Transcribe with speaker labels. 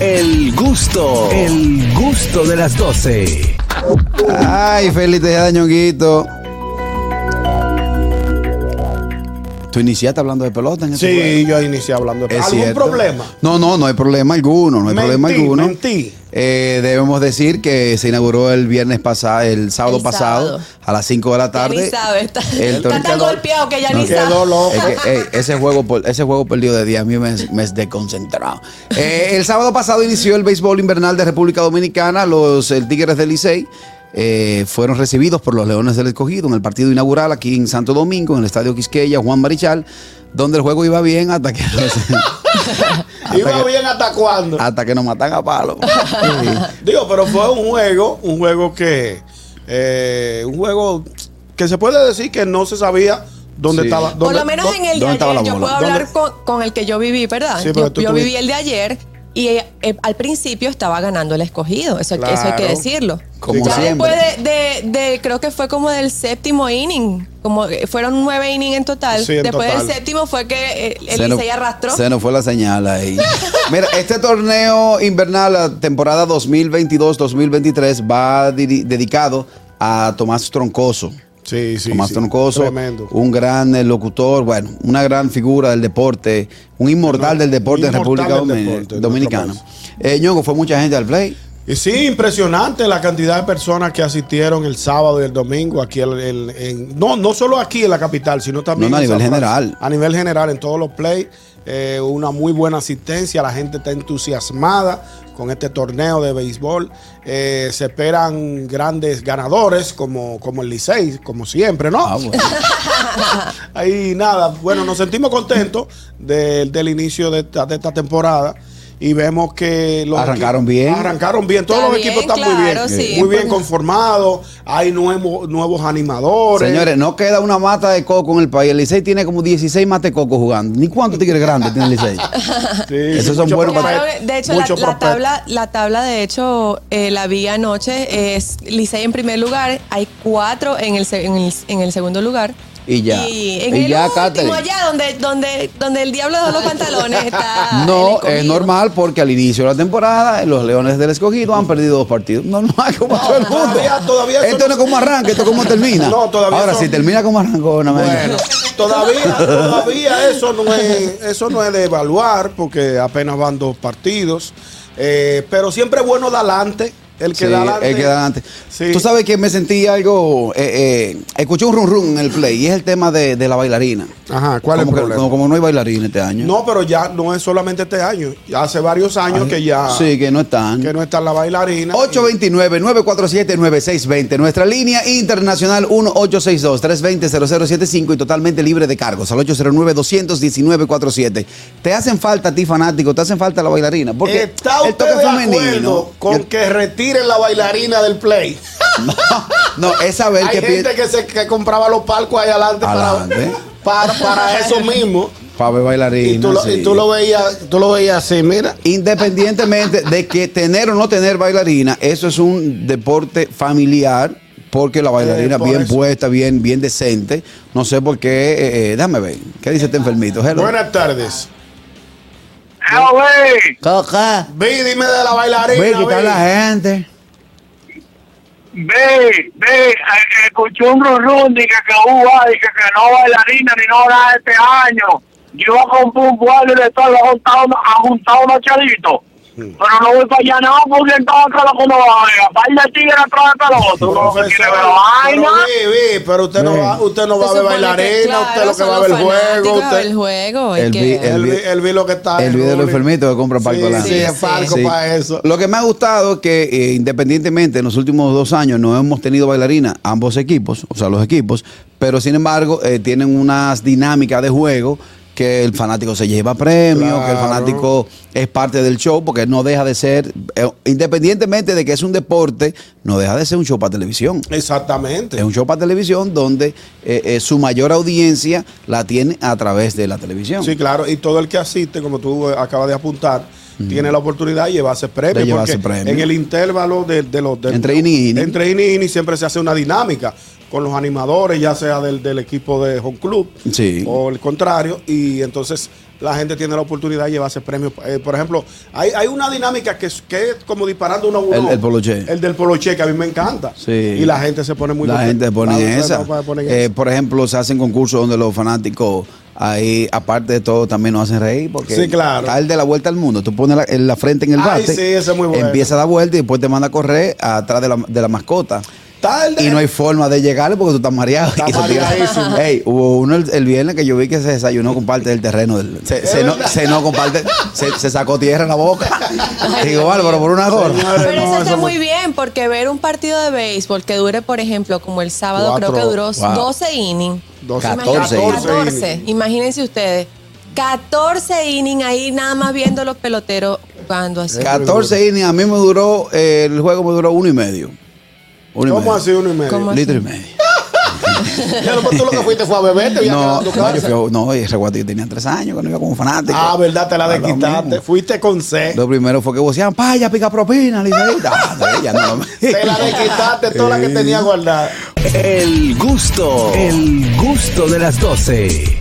Speaker 1: El gusto, el gusto de las 12.
Speaker 2: Ay, felicidad, ñonguito. Tú iniciaste hablando de pelota en este
Speaker 3: Sí,
Speaker 2: juego.
Speaker 3: yo inicié hablando de
Speaker 2: ¿Es
Speaker 3: ¿Algún
Speaker 2: cierto?
Speaker 3: problema?
Speaker 2: No, no, no hay problema alguno, no hay
Speaker 3: Mentí,
Speaker 2: problema alguno.
Speaker 3: mentí.
Speaker 2: Eh, debemos decir que se inauguró el viernes pasado, el sábado
Speaker 4: El
Speaker 2: pasado,
Speaker 4: sábado.
Speaker 2: a las 5 de la tarde.
Speaker 4: ni sabe, está- está
Speaker 2: torneo-
Speaker 4: tan golpeado que ya ni
Speaker 2: quedó
Speaker 4: sabe.
Speaker 2: loco. Es que, ey, ese, juego, por- ese juego perdido de día a mí me, me desconcentrado. Eh, el sábado pasado inició el béisbol invernal de República Dominicana. Los eh, Tigres del Licey eh, fueron recibidos por los Leones del Escogido en el partido inaugural aquí en Santo Domingo, en el Estadio Quisqueya, Juan Marichal, donde el juego iba bien hasta que...
Speaker 3: ¿Iba
Speaker 2: que-
Speaker 3: bien hasta cuándo?
Speaker 2: Hasta que nos matan a palo. Sí.
Speaker 3: Digo, pero fue un juego, un juego que. eh, un juego que se puede decir que no se sabía dónde
Speaker 2: Sí.
Speaker 3: estaba.
Speaker 4: Por
Speaker 3: dónde-
Speaker 4: lo menos
Speaker 3: dó-
Speaker 4: en el de
Speaker 2: dónde estaba la
Speaker 4: ayer, yo
Speaker 2: bola?
Speaker 4: puedo hablar
Speaker 3: ¿Dónde?
Speaker 4: con, con el que yo viví, ¿verdad?
Speaker 3: Sí, pero
Speaker 4: yo
Speaker 3: tú
Speaker 4: yo
Speaker 3: tuviste-
Speaker 4: viví el de ayer y eh, eh, al principio estaba ganando el escogido, eso, hay que- eso hay que
Speaker 3: Claro.
Speaker 4: decirlo.
Speaker 2: Como
Speaker 4: ya
Speaker 2: siempre.
Speaker 4: después de, de- de- creo que fue como del séptimo inning, como eh, fueron nueve innings en total.
Speaker 3: Sí, en
Speaker 4: después
Speaker 3: total.
Speaker 4: del séptimo fue que eh, el
Speaker 2: Se nos-
Speaker 4: Licey arrastró.
Speaker 2: Se nos fue la señal ahí. Mira, este torneo invernal, la temporada 2022-2023, va diri- dedicado a Tomás Troncoso.
Speaker 3: Sí, sí.
Speaker 2: Tomás
Speaker 3: sí.
Speaker 2: Troncoso,
Speaker 3: Tremendo.
Speaker 2: un gran eh, locutor, bueno, una gran figura del deporte, un inmortal
Speaker 3: No,
Speaker 2: del deporte en
Speaker 3: inmortal
Speaker 2: República
Speaker 3: del
Speaker 2: Domin-
Speaker 3: deporte,
Speaker 2: Dominicana.
Speaker 3: nuestro
Speaker 2: Eh, Ñongo, fue mucha gente al play.
Speaker 3: Y sí, impresionante la cantidad de personas que asistieron el sábado y el domingo aquí. el- el- en- no, no solo aquí en la capital, sino también.
Speaker 2: No, no, a
Speaker 3: en San
Speaker 2: nivel
Speaker 3: Francisco.
Speaker 2: general.
Speaker 3: A nivel general, en todos los play. eh, una muy buena asistencia. La gente está entusiasmada con este torneo de béisbol. Eh, se esperan grandes ganadores como, como el Licey, como siempre, ¿no?
Speaker 2: Ah, bueno.
Speaker 3: Ahí nada, bueno, nos sentimos contentos del, del inicio de esta, de esta temporada y vemos que los
Speaker 2: Arrancaron
Speaker 3: equipos-
Speaker 2: bien.
Speaker 3: Arrancaron bien, todos
Speaker 4: Está
Speaker 3: los
Speaker 4: bien,
Speaker 3: equipos están
Speaker 4: claro,
Speaker 3: muy bien,
Speaker 4: sí.
Speaker 3: muy bien
Speaker 4: Pues-
Speaker 3: conformados, hay nuevos, nuevos animadores.
Speaker 2: Señores, no queda una mata de coco en el país. El Licey tiene como 16 matas de coco jugando. ¿Ni cuántos tigres grandes tiene el Licey?
Speaker 3: Sí,
Speaker 2: esos
Speaker 3: sí,
Speaker 2: son
Speaker 3: mucho
Speaker 2: buenos
Speaker 4: Yo
Speaker 2: para-
Speaker 3: profe-
Speaker 4: creo que, de hecho, la,
Speaker 3: mucho
Speaker 4: la
Speaker 3: profe-
Speaker 4: tabla, la tabla, de hecho, eh, la vi anoche. Es Licey en primer lugar. Hay cuatro en el, se- en el, en el segundo lugar.
Speaker 2: Y ya.
Speaker 4: Y en
Speaker 2: Y
Speaker 4: el
Speaker 2: ya,
Speaker 4: último,
Speaker 2: Catherine.
Speaker 4: allá, donde, donde, donde el diablo dejó los pantalones, está. Ah, el
Speaker 2: No,
Speaker 4: escogido.
Speaker 2: es normal porque al inicio de la temporada los Leones del Escogido han perdido dos partidos. Normal, como todo el mundo.
Speaker 3: todavía- todavía eso
Speaker 2: esto no
Speaker 3: no-
Speaker 2: es como arranca, esto es como termina.
Speaker 3: No, todavía
Speaker 2: Ahora,
Speaker 3: eso-
Speaker 2: si termina como arrancó, una
Speaker 3: Bueno, todavía, todavía eso no es, eso no es de evaluar, porque apenas van dos partidos. Eh, pero siempre es bueno dar adelante. El que
Speaker 2: Sí,
Speaker 3: da adelante.
Speaker 2: el que da adelante.
Speaker 3: Sí.
Speaker 2: Tú sabes que me sentí algo. eh, eh, escuché un rum rum en el play y es el tema de, de la bailarina.
Speaker 3: Ajá, ¿cuál es el
Speaker 2: como que-
Speaker 3: problema?
Speaker 2: como, como no hay bailarina este año.
Speaker 3: No, pero ya no es solamente este año. Ya hace varios años que ya
Speaker 2: Sí, que no están.
Speaker 3: que no está la bailarina.
Speaker 2: 829-947-9620. Nuestra línea internacional 1862-320-0075 y totalmente libre de cargos al 809-219-47. ¿Te hacen falta a ti, fanático? ¿Te hacen falta la bailarina? Porque
Speaker 3: ¿Está usted
Speaker 2: el toque
Speaker 3: de
Speaker 2: femenino.
Speaker 3: acuerdo con
Speaker 2: yo-
Speaker 3: que retiren la bailarina del play?
Speaker 2: no, es saber
Speaker 3: Hay
Speaker 2: que
Speaker 3: gente
Speaker 2: pide.
Speaker 3: que, se, que compraba los palcos ahí adelante, para-
Speaker 2: Adelante.
Speaker 3: Para, para eso mismo.
Speaker 2: Para ver bailarina.
Speaker 3: Y tú, lo,
Speaker 2: sí.
Speaker 3: y tú lo veías, tú lo veías así, mira.
Speaker 2: Independientemente de que tener o no tener bailarina, eso es un deporte familiar. Porque la bailarina
Speaker 3: Eh, por
Speaker 2: bien
Speaker 3: eso.
Speaker 2: puesta, bien, bien decente. No sé por qué. eh, eh, déjame ver. ¿Qué dice este enfermito? Hello.
Speaker 3: Buenas tardes.
Speaker 5: Ah, güey.
Speaker 2: Coca,
Speaker 3: Vi, dime de la bailarina.
Speaker 2: ve que está
Speaker 3: vi.
Speaker 2: la gente.
Speaker 5: Ve, ve, a- escuché un run dije que hubo, dije que no bailarina ni no nada este año. Yo compré un vuelo y le estoy juntando, ha juntado unos chaditos. Pero no voy para allá, no, porque entonces lo que no va a par de tigres atrás de los otros. No, que quiere
Speaker 3: Profesor,
Speaker 5: ver la
Speaker 3: pero
Speaker 5: vaina.
Speaker 3: vi, vi, pero usted no va, usted no va a
Speaker 4: Se
Speaker 3: ver
Speaker 4: supone que,
Speaker 3: bailarina, usted
Speaker 4: claro,
Speaker 3: lo que
Speaker 4: son
Speaker 3: va a
Speaker 4: los
Speaker 3: ver el juego.
Speaker 4: fanáticos a ver
Speaker 3: Usted,
Speaker 4: el juego.
Speaker 2: El
Speaker 4: El
Speaker 2: vi- el-
Speaker 3: el, vi- el vi lo que está.
Speaker 2: El
Speaker 3: en
Speaker 2: video de los
Speaker 3: Rolling.
Speaker 2: enfermitos que compra palco
Speaker 3: Sí,
Speaker 2: adelante.
Speaker 3: Sí, es
Speaker 4: Sí.
Speaker 3: palco
Speaker 2: Sí.
Speaker 3: para eso.
Speaker 2: Lo que me ha gustado es que eh, independientemente en los últimos dos años no hemos tenido bailarina ambos equipos, o sea, los equipos, pero sin embargo eh, tienen unas dinámicas de juego que el fanático se lleva premios, que el
Speaker 3: Claro.
Speaker 2: fanático es parte del show, porque no deja de ser, eh, independientemente de que es un deporte, no deja de ser un show para televisión.
Speaker 3: Exactamente.
Speaker 2: Es un show para televisión donde eh, eh, su mayor audiencia la tiene a través de la televisión.
Speaker 3: Sí, claro. Y todo el que asiste, como tú eh, acabas de apuntar, tiene la oportunidad de llevarse premio.
Speaker 2: De llevarse
Speaker 3: porque
Speaker 2: premio.
Speaker 3: En el intervalo de, de los. de-
Speaker 2: Entre inning y inning.
Speaker 3: Entre inning y inning siempre se hace una dinámica con los animadores, ya sea del, del equipo de Home Club
Speaker 2: Sí.
Speaker 3: o el contrario. Y entonces la gente tiene la oportunidad de llevarse premios. Eh, por ejemplo, hay, hay una dinámica que, es- que es como disparando uno a uno.
Speaker 2: El- el poloche.
Speaker 3: El del poloche, que a mí me encanta.
Speaker 2: Sí.
Speaker 3: Y la gente se pone muy
Speaker 2: La gente pone
Speaker 3: Claro,
Speaker 2: esa.
Speaker 3: claro, ponen
Speaker 2: Eh,
Speaker 3: esa.
Speaker 2: por ejemplo, se hacen concursos donde los fanáticos ahí, aparte de todo, también nos hacen reír. Porque
Speaker 3: Sí, claro.
Speaker 2: Tal de la vuelta al mundo. Tú pones la, en la frente en el
Speaker 3: Ay,
Speaker 2: bate.
Speaker 3: sí, ese es muy bueno.
Speaker 2: Empieza a dar vuelta y después te manda a correr atrás de la, de la mascota.
Speaker 3: Tarde.
Speaker 2: Y no hay forma de llegarle porque tú estás mareado.
Speaker 3: Está
Speaker 2: Y se tira.
Speaker 3: mareadísimo.
Speaker 2: Ey, hubo uno el, el viernes que yo vi que se desayunó con parte del terreno. del- se, se no,
Speaker 3: verdad.
Speaker 2: se no con parte- se, se sacó tierra en la boca. Digo, Álvaro, por una gorra.
Speaker 3: Señores,
Speaker 4: Pero
Speaker 3: no,
Speaker 4: eso está
Speaker 3: eso-
Speaker 4: muy bien, porque ver un partido de béisbol que dure, por ejemplo, como el sábado, creo
Speaker 3: Cuatro,
Speaker 4: que duró
Speaker 2: wow.
Speaker 4: 12 innings.
Speaker 3: 12,
Speaker 4: Imagínate,
Speaker 2: 14
Speaker 4: 14, Imagínense ustedes. 14 innings ahí nada más viendo los peloteros jugando así.
Speaker 2: 14 innings, a mí me duró, eh, el juego me duró uno y medio. Uno y
Speaker 3: ¿Cómo
Speaker 2: medio.
Speaker 3: así uno y medio?
Speaker 4: ¿Cómo?
Speaker 2: Litro y medio.
Speaker 3: Pero pues tú lo que fuiste fue a beberte, ya
Speaker 2: No,
Speaker 3: quedando en tu
Speaker 2: no, yo
Speaker 3: casa.
Speaker 2: fui- no, y ese guate yo tenía tres años, que no iba como fanático.
Speaker 3: Ah, verdad, te la
Speaker 2: Da lo
Speaker 3: desquitaste.
Speaker 2: mismo.
Speaker 3: Fuiste con C.
Speaker 2: Lo primero fue que voceaban, paya, pica propina, Liceita. Ah, ya no lo-
Speaker 3: Te la desquitaste toda la que tenía guardada.
Speaker 1: El gusto, el gusto de las 12.